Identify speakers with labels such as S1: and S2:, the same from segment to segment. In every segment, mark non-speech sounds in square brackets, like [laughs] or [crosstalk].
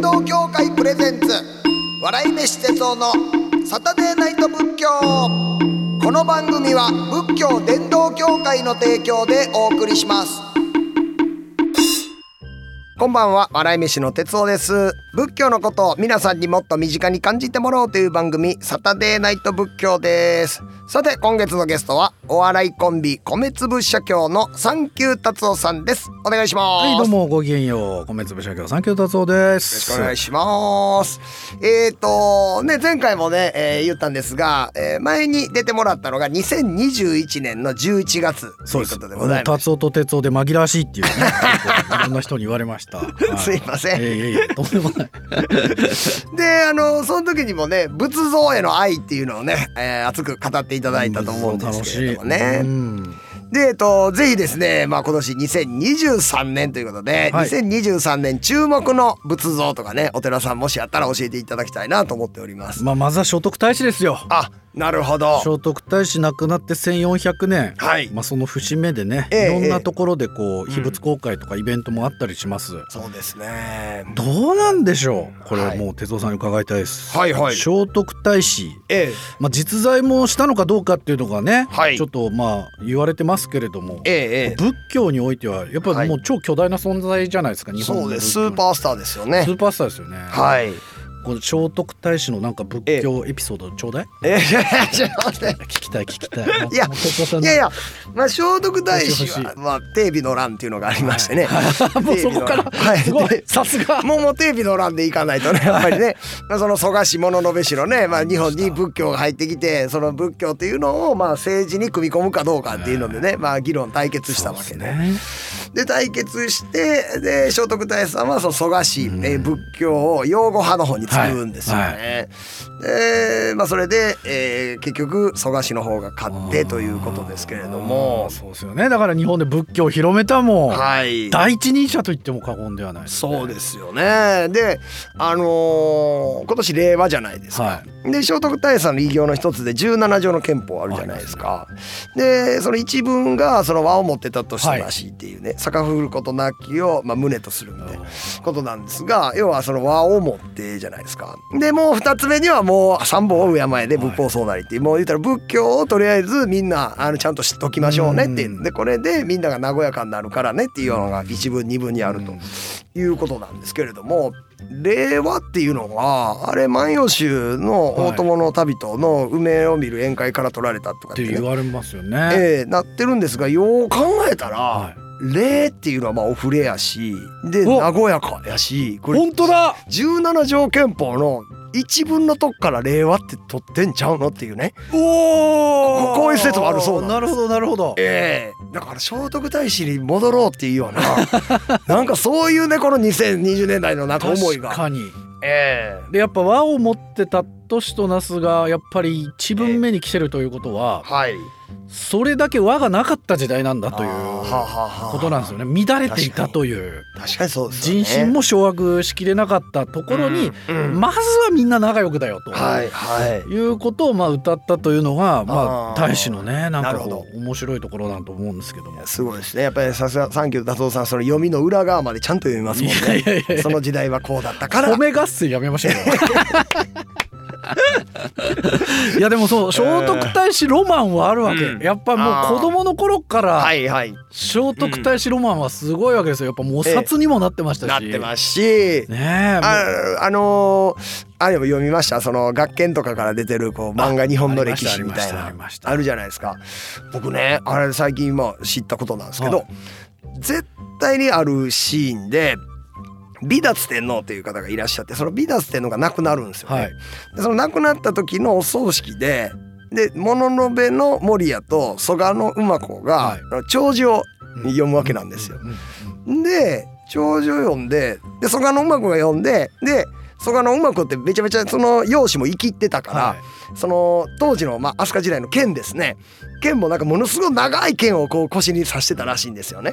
S1: 動協会プレゼンツ笑い飯哲夫のサタデーナイト仏教この番組は仏教伝道協会の提供でお送りしますこんばんは笑い飯の哲夫です仏教のことを皆さんにもっと身近に感じてもらおうという番組サタデーナイト仏教ですさて今月のゲストはお笑いコンビ米粒社協の三級達夫さんですお願いします
S2: はいどうもごきげんよう米粒社協三級達夫です
S1: よろしくお願いします。えっ、とね前回もね、えー言ったんですが、えー前に出てもらったのが2021年の11月ということでございます。
S2: 達夫と哲夫で紛らわしいっ
S1: [laughs]
S2: ていうねいろんな人に言われました、は
S1: すいません
S2: ええいえいえとんでもない
S1: であのその時にもね仏像への愛っていうのをね、えー熱く語っていただいたと思うんですけれども
S2: 楽しい
S1: ね。
S2: うん
S1: でえっ、とぜひですねまあ今年2023年ということで、
S2: はい
S1: 2023年注目の仏像とかねお寺さんもしあったら教えていただきたいなと思っております。
S2: まあまずは聖徳太子ですよ
S1: あなるほど。
S2: 聖徳太子亡くなって1400年、
S1: はい
S2: まあ、その節目でね、
S1: ええ
S2: いろんなところでこう、秘仏公開とかイベントもあったりします、
S1: そうですね。
S2: どうなんでしょうこれ
S1: は
S2: はいもう哲夫さんに伺いたいです、
S1: はいはい
S2: 聖徳太子
S1: ええ
S2: まあ、実在もしたのかどうかっていうのがね、
S1: はい
S2: ちょっとまあ言われてますけれども、
S1: ええええ
S2: 仏教においてはやっぱ
S1: はい
S2: りもう超巨大な存在じゃないですか、日本
S1: そ
S2: の
S1: う
S2: 仏
S1: で
S2: 教
S1: すスーパースターですよね
S2: スーパースターですよね、
S1: はい
S2: この聖徳太子のなんか仏教エピソードちょうだい、
S1: えいやいやちょっと待って
S2: 聞きたい聞きたい
S1: [laughs] いや
S2: もう哲夫さん
S1: い
S2: の
S1: やいやまあ聖徳太子
S2: 欲しい欲
S1: は
S2: し
S1: まあテレビの欄っていうのがありましてね、
S2: [laughs] もうそこから、
S1: はい
S2: すごいさすが
S1: もうもうテレビの欄でいかないとねやっぱ
S2: [laughs]
S1: りね、まあ、その蘇我氏物部氏のね、まあ、日本に仏教が入ってきてその仏教っていうのをまあ政治に組み込むかどうかっていうのでね、まあ、議論対決したわけで、ね、で対決してで聖徳太子さんはその蘇我氏、えー仏教を擁護派の方に作るんですよね。
S2: はい
S1: でまあそれで、えー結局蘇我氏の方が勝ってということですけれども
S2: あーそうですよねだから日本で仏教を広めたもん、
S1: はい
S2: 第一人者と言っても過言ではないですね、
S1: そうですよね。であのー今年令和じゃないですか。
S2: はい
S1: で聖徳太子さんの偉業の一つで17条の憲法あるじゃないですか。でその一文がその和を持ってたとしたらしいっていうね、逆振ることなきを、まあ、胸とするみたいなことなんですが要はその和を持ってじゃないですか。でもう二つ目にはもう三本を敬えで仏法相なりっていう、もう言ったら仏教をとりあえずみんなあのちゃんと知っときましょうねっていう
S2: うん
S1: でこれでみんなが和やかになるからねっていうのが一文二文にあると。いうことなんですけれども令和っていうのはあれ「万葉集」の「大友の旅人」の梅を見る宴会から取られたとかっ
S2: ってて
S1: ね、
S2: 言われますよね、
S1: ええなってるんですがよう考えたら、
S2: はい
S1: 令っていうのはまあお触れやしで
S2: お
S1: 和やかやしこれ
S2: 本当だ
S1: 17条憲法の一文のとこから令和って取ってんちゃうのっていうね。
S2: お
S1: こ
S2: お
S1: こういう説もあるそうな
S2: なるほどなるほど
S1: ええだから聖徳太子に戻ろうっていうよう
S2: [laughs]
S1: ななんかそういうねこの2020年代のなんか思い
S2: 確
S1: が。
S2: かに
S1: ええ
S2: でやっぱ和を持ってたとしとなすがやっぱり一文目に来てるということは
S1: はい。
S2: それだけ和がなかった時代なんだということなんですよ
S1: ね。
S2: ね乱れていたという
S1: 確かにそうですよね。
S2: 人心も掌握しきれなかったところに、
S1: うんうん
S2: まずはみんな仲良くだよと。
S1: はいはい。
S2: いうことをまあ歌ったというのがま
S1: あ
S2: あ
S1: ー
S2: 大使のねなん
S1: な
S2: か
S1: るほど
S2: こう面白いところだと思うんですけども
S1: すごいですね。やっぱりさすがサンキュー達夫さんその読みの裏側までちゃんと読みますもんね。
S2: いやいやいや
S1: その時代はこうだったから。
S2: 米合戦やめましょうよいやでもそう聖徳太子ロマンはあるわけ、
S1: うん
S2: やっぱ
S1: あ
S2: も
S1: ー
S2: う子供の頃から
S1: はいはい。
S2: 聖徳太子ロマンはすごいわけですよやっぱもうお札にもなってましたし、
S1: なってますし。
S2: ねえもう
S1: ああのーあれも読みましたその学研とかから出てるこう漫画日本の歴史みたい
S2: あ
S1: な
S2: りましたあ
S1: あ
S2: りました
S1: るじゃないですか僕ねあれ最近今知ったことなんですけど、
S2: はい
S1: 絶対にあるシーンで美達天皇という方がいらっしゃってその美達天皇が亡くなるんですよね。
S2: はい
S1: でその亡くなった時のお葬式でで物の部の守谷と蘇我の馬子が、
S2: はい
S1: あの弔辞を読むわけなんですよ。
S2: うんうん
S1: で長女読んでで蘇我の馬子が読んでで蘇我の馬子ってめちゃめちゃその容姿も生きってたから、
S2: は
S1: その当時の、まあ、飛鳥時代の剣ですね剣もなんかものすごい長い剣をこう腰に刺してたらしいんですよね。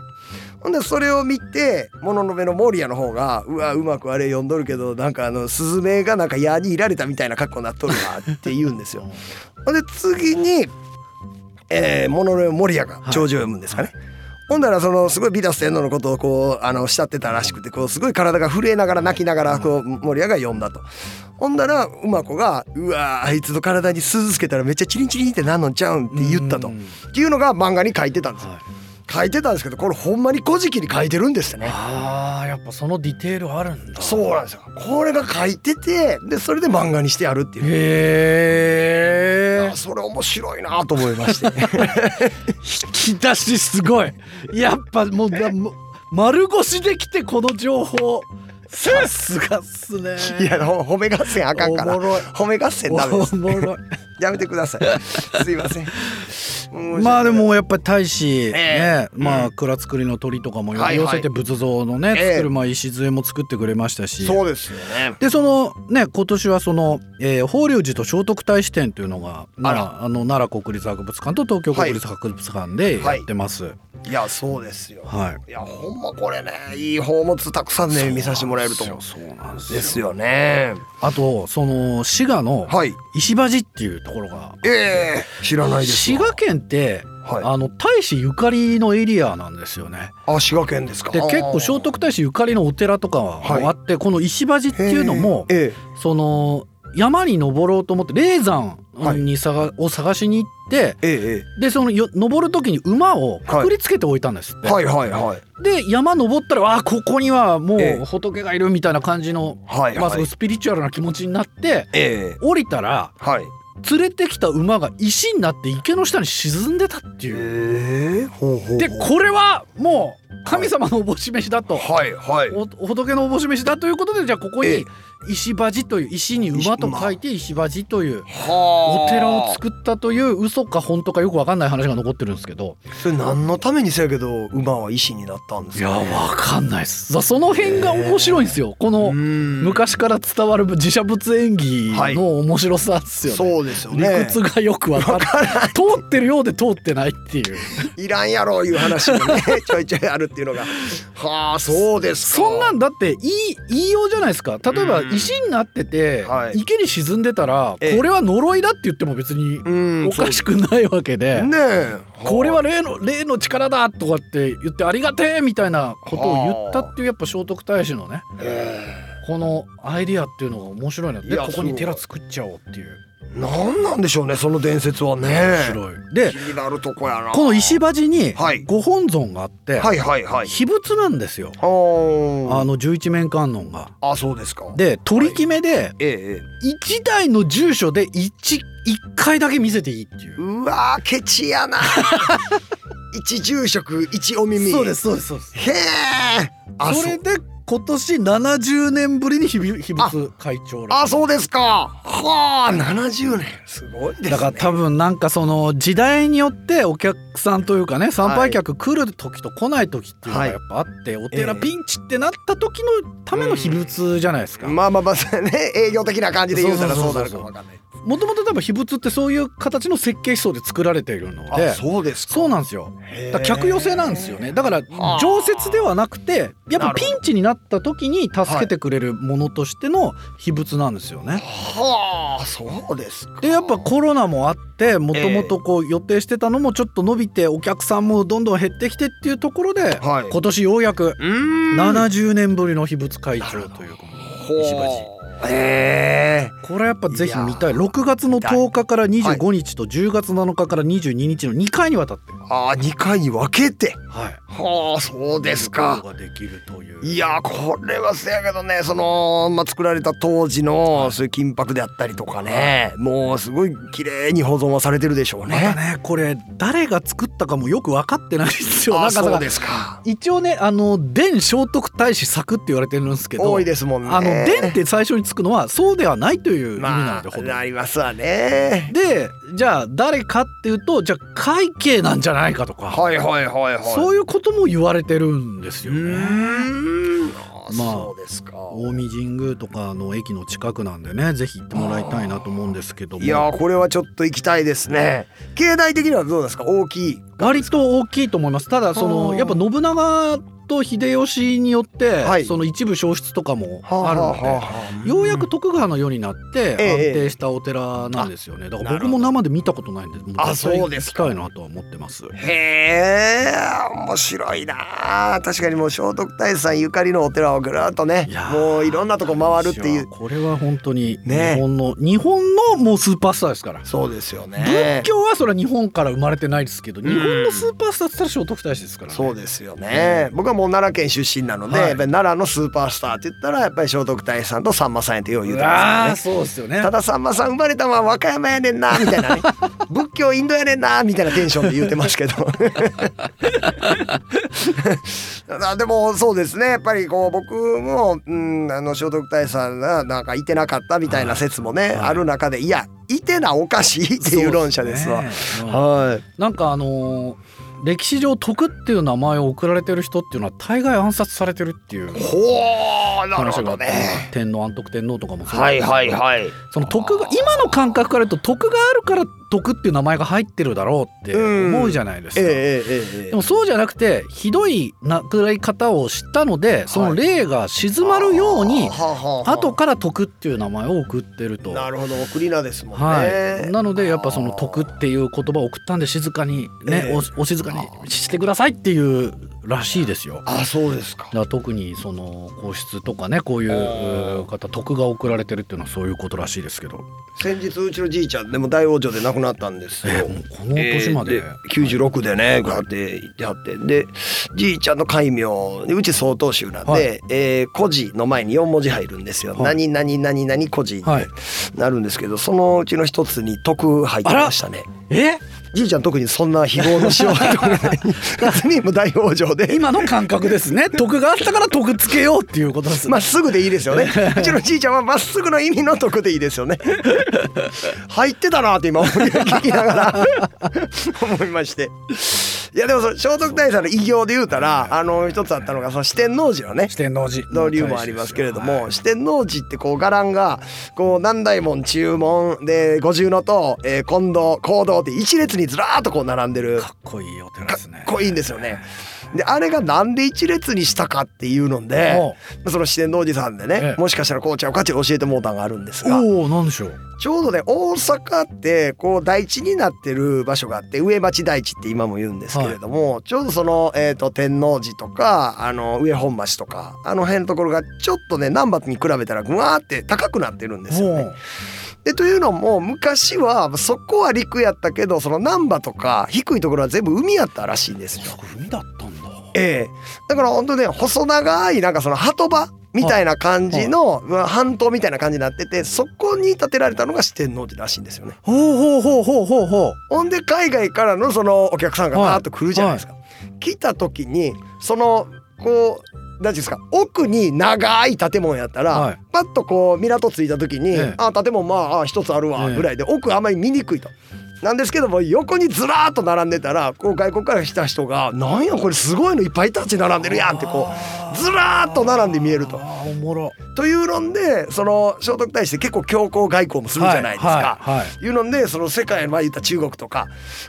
S1: ほんでそれを見て物の部の守屋の方が「うわうまくあれ読んどるけどなんかあのスズメがなんか矢にいられたみたいな格好になっとるわ」って言うんですよ。ほんで次に、えー、物の部の守屋が長女を読むんですかね。ほんだらそのすごいビダス天皇のことをこうあの慕ってたらしくてこうすごい体が震えながら泣きながらこう森屋が呼んだと。ほんだら馬子が「うわーあいつの体に鈴つけたらめっちゃチリンチリンってなんのんちゃうん」って言ったと。
S2: うん
S1: っていうのが漫画に書いてたんですよ。
S2: はい
S1: 書いてたんですけどこれほんまに「古事記」に書いてるんですよね。
S2: あーやっぱそのディテールあるんだ
S1: そうなんですよこれが書いててでそれで漫画にしてやるっていう。
S2: へえ
S1: あそれ面白いなと思いまして
S2: 引き出しすごいやっぱもうだも丸腰できてこの情報さすがっすね
S1: いやほ褒め合戦あかんから
S2: おもろい
S1: 褒め合戦ダメです
S2: おもろい
S1: やめてくださいすいません
S2: まあで
S1: も
S2: もやっぱり大使ね
S1: え
S2: まあ蔵造りの鳥とかも
S1: はいはい
S2: 寄せて仏像のね
S1: ええ
S2: 作るまあ礎も作ってくれましたし
S1: そうですよね
S2: でそのね今年はその、えー、法隆寺と聖徳太子展というのが
S1: あら
S2: 奈良あの奈良国立博物館と東京国立博物館で
S1: は
S2: や
S1: い
S2: ってます。はい、
S1: いやそうですよいやほんまこれねいい宝物たくさんね見させてもらえると思う
S2: そうなんですよ。
S1: ですよね
S2: あとその滋賀の
S1: はい
S2: 石破寺っていうところが、
S1: ええ知らないです
S2: 滋
S1: わ
S2: 賀県って、
S1: は
S2: あの太子ゆかりのエリアなんですよね。
S1: いあ滋賀県ですか
S2: で
S1: あー
S2: 結構聖徳太子ゆかりのお寺とかも
S1: はい
S2: あって、この石破寺っていうのも
S1: へーえ
S2: その山に登ろうと思って霊山にさが、を探しに行って。
S1: ええ
S2: でそのよ登る時に馬をくくりつけておいたんですって、
S1: えはいはいはい
S2: で山登ったらわあここにはも
S1: え
S2: う
S1: え
S2: 仏がいるみたいな感じの、
S1: はい
S2: まあ、す
S1: は
S2: ご
S1: い
S2: いスピリチュアルな気持ちになって
S1: ええ
S2: 降りたら
S1: はい
S2: 連れてきた馬が石になって池の下に沈んでたってい
S1: え
S2: う。
S1: えほうほうほう
S2: でこれはもう神様のおぼし飯だと。
S1: はいはい
S2: お仏のおぼし飯だということでじゃあここ
S1: え
S2: に
S1: え
S2: 石馬寺という石に馬と書いて石馬寺という
S1: はあ
S2: お寺を作ったという嘘か本当かよくわかんない話が残ってるんですけど
S1: それ何のためにせやけど馬は石になったんで
S2: い
S1: す
S2: や
S1: か、ね、
S2: わかんないっすその辺が面白いんですよこの
S1: 昔
S2: 昔から伝わる自社仏演技
S1: はい
S2: の面白さっすよね、
S1: そうですよね
S2: 理屈がよくわかんない通ってるようで通ってないっていう
S1: いらんやろいう話がねちょいちょいあるっていうのがはあそうですか
S2: そんなんだって言い言いようじゃないですか例えば
S1: うん
S2: 石になってて、
S1: はい
S2: 池に沈んでたら、
S1: ええ
S2: これは呪いだって言っても別に
S1: うん
S2: おかしくないわけで、
S1: そうねえ
S2: これは霊の霊の力だとかって言ってありがてえみたいなことを言ったっていうやっぱ聖徳太子のね
S1: え
S2: このアイディアっていうのが面白いなで
S1: いや
S2: ここに寺作っちゃおうっていう
S1: えなんなんでしょうねその伝説は
S2: 面
S1: ね
S2: 白いで
S1: 気になるとこやな
S2: この石破寺に
S1: はい
S2: ご本尊があって、
S1: はいはいはい
S2: 秘仏なんですよ
S1: あ
S2: あ
S1: ー
S2: の十一面観音が。
S1: あそうですか
S2: で取り決めで
S1: ええええ
S2: 1台の住所で 1, 一回だけ見せていいっていう。
S1: うわーケチ
S2: [laughs]
S1: やな一住職一お耳
S2: そうですそうですそうです。
S1: へえあ
S2: そ
S1: そ
S2: れで今年70年ぶりに秘仏秘仏会長ら
S1: あそうですかはあ70年すごいですね
S2: だから多分なんかその時代によってお客さんというかね参拝客来る時と来ない時っていうのが
S1: はい
S2: やっぱあってお
S1: え
S2: 寺
S1: え
S2: ピンチってなった時のための秘仏じゃないですか。
S1: まあまあまあね営業的な感じで言うたらそうなるかもわかんない
S2: もともと多分秘仏ってそういう形の設計思想で作られているので
S1: そうです
S2: そうなんですよ。だから客寄せなんですよね。だから
S1: はあ
S2: 常設ではなくてやっぱピンチになった時に助けてくれるものとしての秘仏なんですよね。
S1: はあそうですか
S2: でやっぱコロナもあってもともとこう予定してたのもちょっと伸びてお客さんもどんどん減ってきてっていうところで、
S1: はい
S2: 今年ようやく
S1: うーん
S2: 70年ぶりの秘仏会長という
S1: ほう
S2: 石橋
S1: へえ
S2: これやっぱぜひ見たい
S1: いやー
S2: 6月の10日から25日と10月7日から22日の2回にわたって、
S1: あ2回に分けて
S2: はい、
S1: はあそうです
S2: 見る
S1: か
S2: ことができるという
S1: いやこれはせやけどねその、まあ、作られた当時のそういう金箔であったりとかねもうすごい綺麗に保存はされてるでしょう
S2: また
S1: ね。
S2: ねこれ誰が作ったかもよく分かってないんですよ。
S1: あ
S2: なんか
S1: そう
S2: さ
S1: ですか
S2: 一応ねあの「伝聖徳太子作」って言われてるんですけど
S1: 多いですもんね。
S2: あの「伝」って最初につくのはそうではないという意味な
S1: ま
S2: ので、
S1: あ
S2: ほぼ
S1: なりますわね。
S2: でじゃあ誰かっていうとじゃあ会計なんじゃないかとか、
S1: はいはいはいはい。
S2: そういうことも言われてるんですよ
S1: う
S2: ね。
S1: ーんあ
S2: まあ
S1: そうですか。
S2: 近江神宮とかの駅の近くなんでねぜひ行ってもらいたいなと思うんですけども
S1: いやーこれはちょっと行きたいですね。経済的にはどうですか大きい。
S2: 割と大きいと思いますただそ
S1: あ
S2: の
S1: ー
S2: やっぱ信長と秀吉によって、
S1: はい
S2: その一部消失とかも
S1: はあ
S2: あるの
S1: は
S2: で、
S1: あはあはあ
S2: ようやく徳川の世になって安
S1: ええ
S2: 定したお寺なんですよね、だから
S1: なる
S2: 僕
S1: ほど
S2: も生で見たことないんでも
S1: あ
S2: 絶対
S1: そうです
S2: 機会なとは思ってます
S1: へえ面白いなあ確かにもう聖徳太子さんゆかりのお寺をぐるっとね
S2: いやー
S1: もういろんなとこ回るっていう
S2: これは本当に
S1: ね
S2: 日本の、日本のもうスーパースターですから
S1: そうですよね
S2: 仏教はそれは日本から生まれてないですけど、
S1: ん
S2: 日本のスーパースターって言ったら聖徳太子ですからね、
S1: そうですよね、僕はもう奈良県出身なので、
S2: はい
S1: やっぱり奈良のスーパースターって言ったらやっぱり聖徳太子さんとさんまさんやってよう言うて
S2: あ
S1: ま
S2: あ
S1: す
S2: そうですよ
S1: か
S2: ね
S1: らねたださんまさん生まれたのは和歌山やねんなみたいなね仏教インドやねんなみたいなテンションで言ってますけど [laughs] あでもそうですねやっぱりこう僕も、うん、あの聖徳太子さんがなんかいてなかったみたいな説もね、
S2: い
S1: ある中でいやいてなおかしいっていう論者ですわ。
S2: そうねうん
S1: はい
S2: なんかあのー歴史上徳っていう名前を送られてる人っていうのは大概暗殺されてるっていう
S1: ほーなる
S2: 話
S1: ほ
S2: があ
S1: ど
S2: って、
S1: ね。
S2: 天皇安徳天皇とかもそう
S1: はいはいはい。
S2: その徳が今の感覚から言うと徳があるから徳っていう名前が入ってるだろうって思うじゃないですか。
S1: えええええ
S2: でもそうじゃなくてひどい亡くなり方を知ったのでその霊が静まるように後
S1: 後
S2: から徳っていう名前を送ってると。
S1: なるほど送り名ですもんね。
S2: はい、なのでやっぱその「徳」っていう言葉を送ったんで静かにね、
S1: ええ
S2: おお静かにしてくださいっていうらしいですよ。
S1: あそうですか
S2: だ。から特にその皇室とかねこうい
S1: あ
S2: う
S1: ー
S2: う方徳が送られてるっていうのはそういうことらしいですけど、
S1: 先日うちのじいちゃんでも大往生で亡くなったんです
S2: え
S1: よ
S2: ー。もうこの年まで,、
S1: 96でねガーって行ってはってでじいちゃんの戒名うち曹洞宗なんで、
S2: はい
S1: えー「孤児」の前に4文字入るんですよ。
S2: はい
S1: 何何何何孤児って
S2: はい
S1: なるんですけど、そのうちの一つに「徳」入ってましたね。
S2: え
S1: じいちゃん特にそんな非業のしようとかない別
S2: [laughs]
S1: にもう大往生で。
S2: 今の感覚です
S1: [laughs]
S2: ね徳があったから徳つけようっていうことです、
S1: まっすぐでいいですよ
S2: [laughs]
S1: ね。うちのじいちゃんはまっすぐの意味の得でいいですよね。 [laughs] 入ってたなって今思い聞きながら [laughs] 思いまして。いやでもその聖徳太子さんの偉業で言うたらあの一つあったのがその四天王寺のね
S2: 四天王寺
S1: の理由もありますけれども、四天王寺ってこう伽藍がこう南大門中門で五重の塔、えー近堂講堂って一列にずらーっとこう並んでる
S2: かっこいいお寺
S1: か
S2: で
S1: っ
S2: すね
S1: こいいんですよね。であれがなんで一列にしたかっていうので
S2: お
S1: その四天王寺さんでね、
S2: ええ
S1: もしかしたらこうちゃうかって教えてもうたんがあるんですが
S2: おおなんでしょう
S1: ちょうどね大阪ってこう台地になってる場所があって上町台地って今も言うんですけれども、ちょうどその、えー、と天王寺とかあの上本町とかあの辺のところがちょっとね難波に比べたらぐわーって高くなってるんですよね。
S2: おう
S1: でというのも昔はそこは陸やったけどその難波とか低いところは全部海やったらしいんですよ。
S2: そこ海だったんだ
S1: ええだから本当ね細長いなんかその鳩場みたいな感じのまあ半島みたいな感じになっててそこに建てられたのが四天王寺らしいんですよね。
S2: ほうほうほうほうほうほう
S1: ほんで海外からのそのお客さんがバーッと来るじゃないですか。来た時にそのこう何ていうんですか奥に長い建物やったら、
S2: はい
S1: パッとこう港着いた時に、
S2: ええ
S1: あ建物まああ一つあるわ
S2: ええ
S1: ぐらいで、奥あんまり見にくいと。なんですけども横にずらーっと並んでたらこう外国から来た人が「なんやこれすごいのいっぱい立ち並んでるやん」ってこうずらーっと並んで見えると。
S2: あーおもろ
S1: という論でその聖徳太子って結構強硬外交もするじゃないですか。
S2: はいはいはい
S1: いうのでその世界のまあ言った中国とか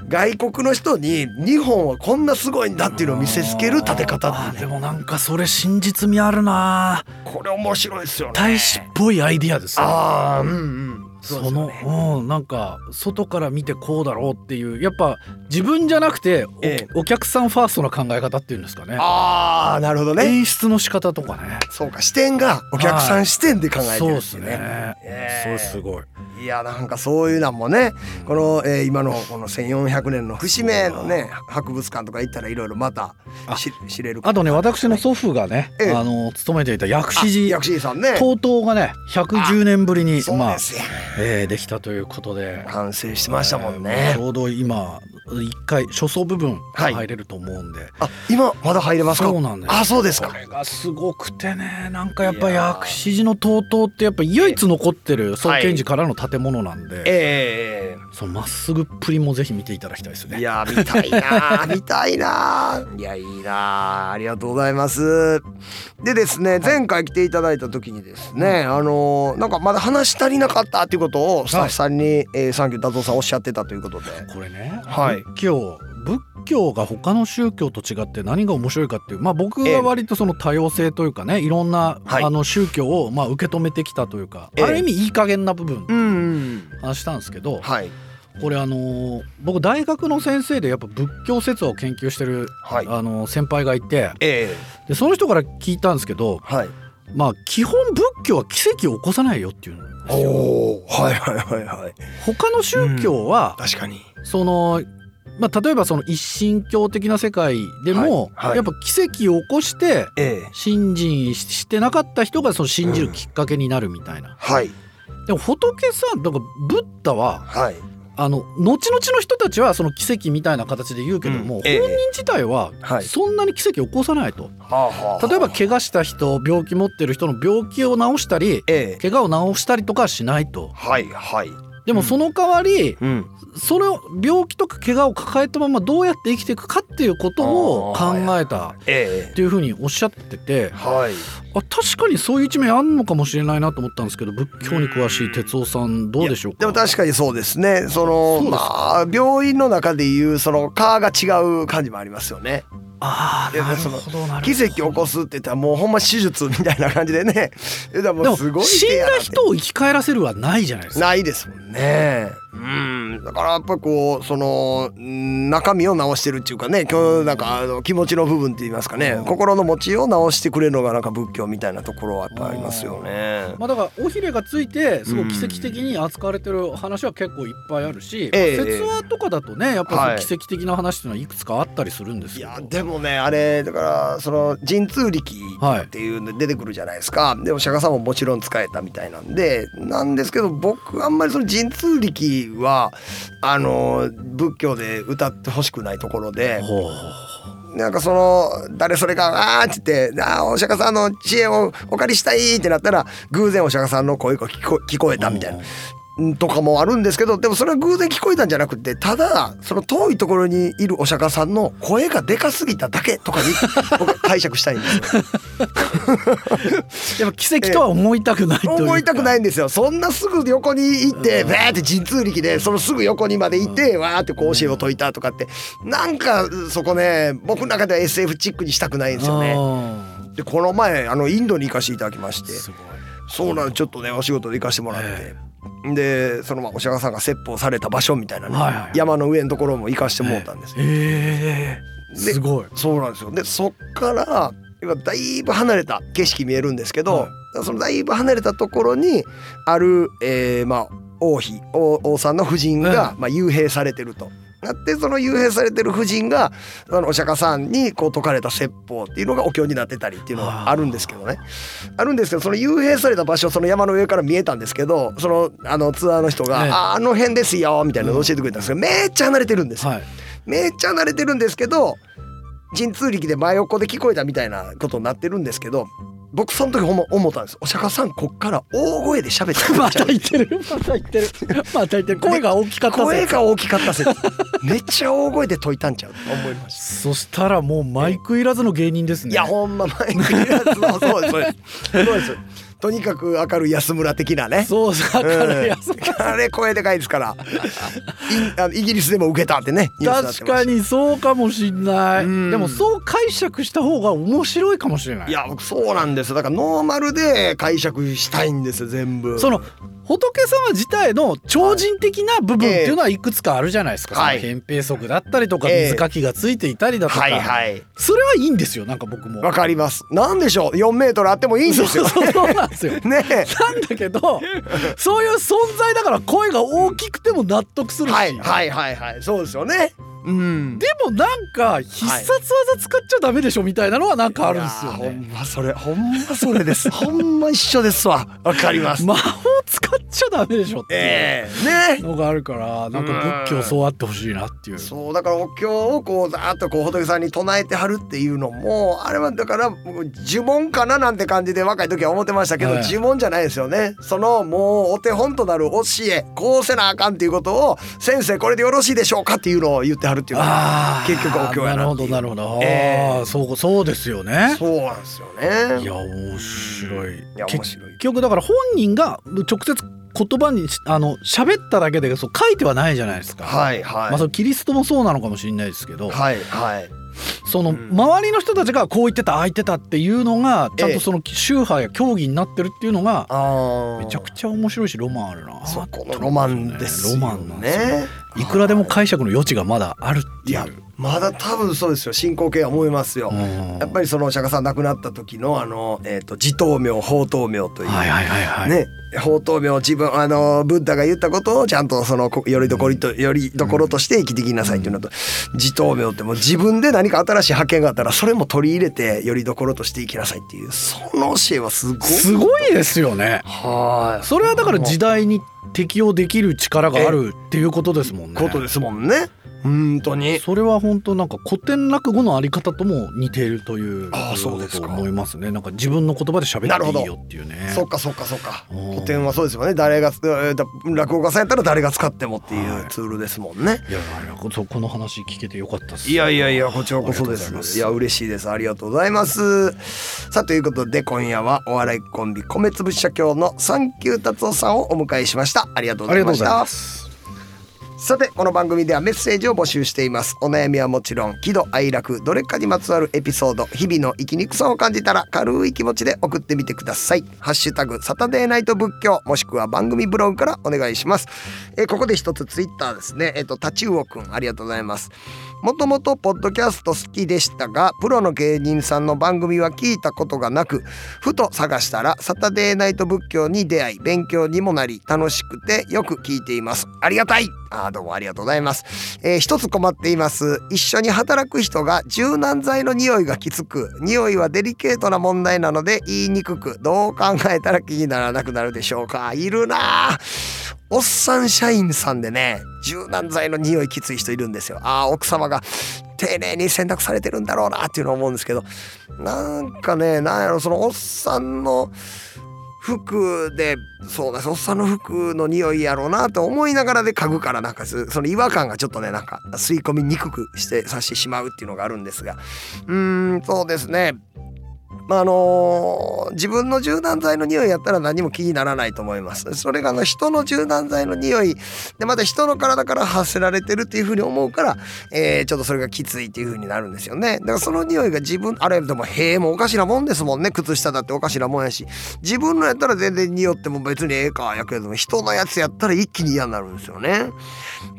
S1: 外国の人に日本はこんなすごいんだっていうのを見せつける建て方
S2: あ
S1: っ
S2: ー
S1: てい
S2: で
S1: うね
S2: もなんかそれ真実味あるな
S1: これ面白いですよね。
S2: 大使っぽいアイディアですね
S1: ああうんうん
S2: そう
S1: ですよ
S2: の
S1: ね
S2: うんなんか外から見てこうだろうっていうやっぱ自分じゃなくてお,、
S1: ええ
S2: お客さんファーストな考え方っていうんですかね
S1: ああなるほどね。
S2: 演出の仕方とかね
S1: そうか視点がお客さん視点で考えて
S2: そう
S1: る
S2: で
S1: って
S2: す
S1: いう
S2: ね
S1: ね。ええ
S2: そうすごい
S1: いやなんかそういうなんもねこの、えー今のこの1400年の節目のね博物館とか行ったらいろいろまた知知れるか
S2: あとね私の祖父がね、
S1: ええ
S2: あの勤めていた薬
S1: あ
S2: 師寺
S1: 薬師寺さんね
S2: とうとうがね110年ぶりに
S1: そう
S2: まあ
S1: ですよ、
S2: えーできたということで
S1: 完成してましたもん
S2: えー
S1: ね
S2: ち、ょうど今一回初層部分
S1: はい
S2: 入れると思うんで、
S1: あ今まだ入れますか
S2: そうなんです
S1: あそうですか
S2: これがすごくてねなんかやっぱ薬師寺の東塔ってやっぱ唯一残ってる創建寺からの建物なんで、
S1: え
S2: そのまっすぐっぷりもぜひ見ていただきたいです
S1: えい
S2: ね。
S1: や見たいな [laughs] 見たいないやいいなありがとうございますでですね前回来ていただいた時にですね、あのーなんかまだ話し足りなかったっていうことをスタッフさんに、えーサンキュー達夫さんおっしゃってたということで
S2: これね、
S1: はい
S2: 仏教仏教が他の宗教と違って何が面白いかっていう、まあ、僕
S1: ええ
S2: は割とその多様性というかねいろんな、
S1: はい
S2: あの宗教をまあ受け止めてきたというか、
S1: ええ
S2: ある意味いい加減な部分
S1: うん
S2: 話したんですけど、
S1: はい
S2: これあのー僕大学の先生でやっぱ仏教説話を研究してる、
S1: はい
S2: あのー先輩がいて
S1: ええ
S2: でその人から聞いたんですけど、
S1: はい
S2: まあ、基本仏教は奇跡を起こさないよっていうの
S1: おおはいはいはいはい
S2: 他の宗教は、
S1: 確かに
S2: その、まあ、例えばその一神教的な世界でも、
S1: はいはい
S2: やっぱ奇跡を起こして
S1: ええ
S2: 信心ししてなかった人がその信じるきっかけになるみたいな、
S1: はい
S2: でも仏さんとかブッダは
S1: はい
S2: あの後々の人たちはその奇跡みたいな形で言うけども、
S1: うんええ
S2: 本人自体は
S1: はい
S2: そんなに奇跡を起こさないと、
S1: はあはあ
S2: 例えば怪我した人病気持ってる人の病気を治したり
S1: ええ
S2: 怪我を治したりとかはしないと
S1: はいはい
S2: でもその代わり、
S1: うん
S2: その病気とか怪我を抱えたままどうやって生きていくかっていうことを考えた
S1: え
S2: っていうふうにおっしゃってて
S1: えはい
S2: あ確かにそういう一面あんのかもしれないなと思ったんですけど仏教に詳しい哲夫さんどうでしょうか
S1: でも確かにそうですねその
S2: そうですか
S1: まあ病院の中でいうその科が違う感じもありますよね
S2: ああ
S1: いや
S2: なる
S1: その
S2: ほどなるほど
S1: 奇跡起こすって言ったらもうほんま手術みたいな感じでね
S2: [laughs]
S1: えだからもう
S2: です
S1: ご
S2: も
S1: い
S2: 死ん
S1: 手やな
S2: だ
S1: って
S2: 人を生き返らせるはないじゃないですか
S1: ないですもんねうんだからやっぱこうそのうん中身を直してるっていうかね今日なんかあの気持ちの部分って言いますかね心の持ちを直してくれるのがなんか仏教みたいなところはやっぱありますよね。
S2: まあだから尾ひれがついてすごい奇跡的に扱われてる話は結構いっぱいあるし、
S1: ええ
S2: まあ説話とかだとねやっぱ
S1: はい
S2: り奇跡的な話っていうのはいくつかあったりするんで
S1: い
S2: すけど、
S1: やでもねあれだからその神通力
S2: はい
S1: っていうの出てくるじゃないですか、でお釈迦様ももちろん使えたみたいなんでなんですけど僕あんまりその神通力はあの仏教で歌ってほしくないところで。
S2: ほう
S1: なんかその誰それが「あー」って言って「あーお釈迦さんの知恵をお借りしたい」ってなったら偶然お釈迦さんの声が聞こ聞こえたみたいな。んとかもあるんですけどでもそれは偶然聞こえたんじゃなくてただその遠いところにいるお釈迦さんの声がでかすぎただけと
S2: [laughs]
S1: かに僕は解釈したいんですよ
S2: やっぱ奇跡とは思いたくないというか
S1: 思いたくないんですよそんなすぐ横に行ってバーって神通力でそのすぐ横にまで行ってわーってこう教えを解いたとかってなんかそこね僕の中では SF チックにしたくないんですよね。
S2: あ
S1: でこの前あのインドに行かせていただきまして
S2: ーすごい
S1: そうなんちょっとねお仕事で行かせてもらって、
S2: え
S1: でそのまあお釈迦さんが説法された場所みたいなね、
S2: はいはい
S1: 山の上のところも行かせてもらったんです、
S2: ええ
S1: です
S2: ごい
S1: そうなんですよでそっから今だいぶ離れた景色見えるんですけど、
S2: は
S1: そのだいぶ離れたところにある、えーまあ王妃王王さんの夫人が、まあ、幽閉されてると。なってその幽閉されてる夫人があのお釈迦さんにこう説かれた説法っていうのがお経になってたりっていうのがあるんですけどねあるんですけどその幽閉された場所その山の上から見えたんですけどそのあのツアーの人が「
S2: ええ
S1: ああの辺ですよ」みたいなのを教えてくれたんですけど、めっちゃ離れてるんですよ [laughs]
S2: はい
S1: めっちゃ慣れてるんですけど神通力で真横で聞こえたみたいなことになってるんですけど僕その時ほんま思ったんですお釈迦さんこっから大声で喋って
S2: また言ってるまた言ってる [laughs] また言ってる声が大きかった
S1: 声
S2: ぜ
S1: が大きかった説めっちゃ大声で解いたんちゃうと思いまし
S2: そしたらもうマイクいらずの芸人です
S1: た
S2: ね
S1: いやほんまマイクいらずのそうですそうですそうですとにかく明るい安村的なね
S2: そうだからやそう
S1: うんあれ声でかいですからいあのイギリスでも受けたってねニュースになってました
S2: 確かにそうかもしんない
S1: うん
S2: でもそう解釈した方が面白いかもしれない
S1: いや僕そうなんですよだからノーマルで解釈したいんですよ全部
S2: その仏様自体の超人的な部分っていうのはいくつかあるじゃないですか、
S1: はい
S2: その扁平足だったりとか
S1: ええ
S2: 水かきがついていたりだとか、
S1: はいはい
S2: それはいいんですよなんか僕も
S1: わかりますなんでしょう4メートルあってもいいんですよ
S2: そうそうそうなんですよ
S1: [laughs] ねえ
S2: なんだけどそういう存在だから声が大きくても納得するし、
S1: はいはいはいはいそうですよねうん
S2: でもなんか必殺技使っちゃダメでしょみたいなのはなんかあるんですよ
S1: いやーほ
S2: ね
S1: んまそれほんまそれですほんま一緒ですわわかります
S2: [laughs] 魔法使っちゃダメでしょっていう
S1: ええね
S2: のがあるからなんか仏教そうあってほしいなっていう
S1: そうだからお経をこうざーっとこう仏さんに唱えてはるっていうのもあれはだから僕呪文かななんて感じで若い時は思ってましたけど、
S2: はい
S1: 呪文じゃないですよねそのもうお手本となる教えこうせなあかんっていうことを先生これでよろしいでしょうかっていうのを言ってはるっていうのが
S2: あー
S1: 結局お経や
S2: なる
S1: な
S2: ほ
S1: ってい
S2: ど
S1: う
S2: なるほど、
S1: え
S2: ああそうそうですよね
S1: そうなんですよね
S2: いや面白い
S1: いや面白い
S2: 結局だから本人が直接言葉にしあの喋っただけでそう書いてはないじゃないですか。
S1: はいはい、
S2: まあ、そのキリストもそうなのかもしれないですけど、
S1: はいはい
S2: その
S1: うん
S2: 周りの人たちがこう言ってたああ言ってたっていうのがちゃんとその宗派や教義になってるっていうのが
S1: あー
S2: めちゃくちゃ面白いしロマンあるな
S1: そこのロマンですよね
S2: ロマンなんですよいくらでも解釈の余地がまだあるって
S1: い
S2: いう
S1: やまだ多分そうですよ進行形は思いますよ、や
S2: や
S1: っぱりそのお釈迦さん亡くなった時のあの、えー、と自頭明法頭明という、
S2: はいはいはいはい、
S1: ね法頭明自分あのブッダが言ったことをちゃんとそのこよりどころとよりどころとして生きていきなさいっていうのと自頭明ってもう自分で何か新しい発見があったらそれも取り入れてよりどころとして生きなさいっていうその教えはすごい
S2: すごいですよね
S1: はい
S2: それはだから時代に適応できる力があるっていうことですもんね
S1: ことですもんね本当に
S2: それは本当なんか古典落語のあり方とも似ているという
S1: あーそうですか
S2: ことだと思いますねなんか自分の言葉で喋
S1: なる
S2: っ
S1: ほ
S2: て
S1: ど
S2: いいよっていうね
S1: そっかそっかそっか
S2: うん
S1: 古典はそうですよね誰がえーだ落語家さんやったら誰が使ってもってい
S2: は
S1: う
S2: い
S1: ツールですもんね、
S2: いやいやいやこそうこの話聞けてよかったっす
S1: いやいやいやこちらこそで
S2: ありがとうございます
S1: いや嬉しいですありがとうございますさあということで今夜はお笑いコンビ米粒社協の三級達夫さんをお迎えしましたありがとうございました
S2: す
S1: さてこの番組ではメッセージを募集していますお悩みはもちろん喜怒哀楽どれかにまつわるエピソード日々の生きにくさを感じたら軽い気持ちで送ってみてくださいハッシュタグサタデーナイト仏教もしくは番組ブログからお願いしますえーここで一つツイッターですねえっ、とタチウオくんありがとうございますもともとポッドキャスト好きでしたがプロの芸人さんの番組は聞いたことがなくふと探したらサタデーナイト仏教に出会い勉強にもなり楽しくてよく聞いていますありがたいあーどうもありがとうございます、えー一つ困っています一緒に働く人が柔軟剤の匂いがきつく匂いはデリケートな問題なので言いにくくどう考えたら気にならなくなるでしょうかいるなあおっさん社員さんでね柔軟剤の匂いきつい人いるんですよあー奥様が丁寧に洗濯されてるんだろうなっていうのを思うんですけどなんかねなんやろそのおっさんの服でそうだおっさんの服の匂いやろうなと思いながらで嗅ぐからなんかすその違和感がちょっとねなんか吸い込みにくくしてさしてしまうっていうのがあるんですがうーんそうですねまああの自分の柔軟剤の匂いやったら何も気にならないと思いますそれがあの人の柔軟剤の匂いでまた人の体から発せられてるっていうふうに思うから、えーちょっとそれがきついっていうふうになるんですよねだからその匂いが自分あれでも塀もおかしなもんですもんね靴下だっておかしなもんやし自分のやったら全然匂っても別にええかやけれども人のやつやったら一気に嫌になるんですよね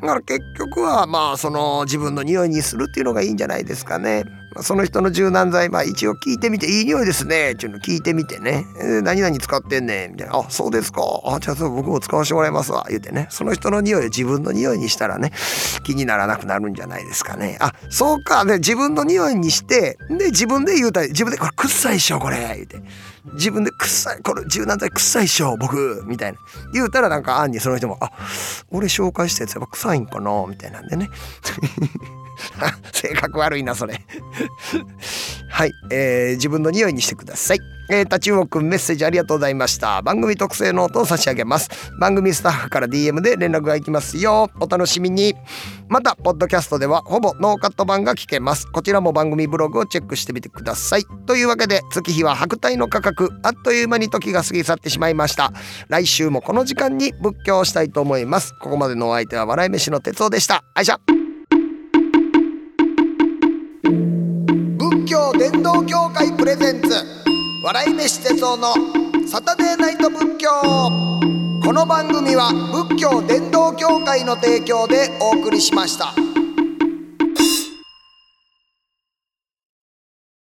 S1: だから結局はまあその自分の匂いにするっていうのがいいんじゃないですかね。まあその人の柔軟剤まあ一応聞いてみて「いい匂いですね」っていうのを聞いてみてね「えー何々使ってんねん」みたいな「あそうですかあじゃあそう僕も使わせてもらいますわ」言うてねその人の匂いを自分の匂いにしたらね気にならなくなるんじゃないですかね。あそうかで自分の匂いにしてで自分で言うたら自分で「これくっさいっしょこれ」言うて自分で「くっさいこれ柔軟剤くっさいっしょ僕」みたいな言うたらなんか案にその人も「あ俺紹介したやつやっぱ臭いんかな」みたいなんでね [laughs] あ性格悪いなそれはい、えー自分の匂いにしてくださいえー、タチウオくんメッセージありがとうございました番組特製ノートを差し上げます番組スタッフから DM で連絡がいきますよお楽しみにまたポッドキャストではほぼノーカット版が聞けますこちらも番組ブログをチェックしてみてくださいというわけで月日は白帯の価格あっという間に時が過ぎ去ってしまいました来週もこの時間に仏教をしたいと思いますここまでのお相手は笑い飯の哲夫でしたあいしゃ仏教伝道協会プレゼンツ笑い飯哲夫のサタデーナイト仏教この番組は仏教伝道協会の提供でお送りしました。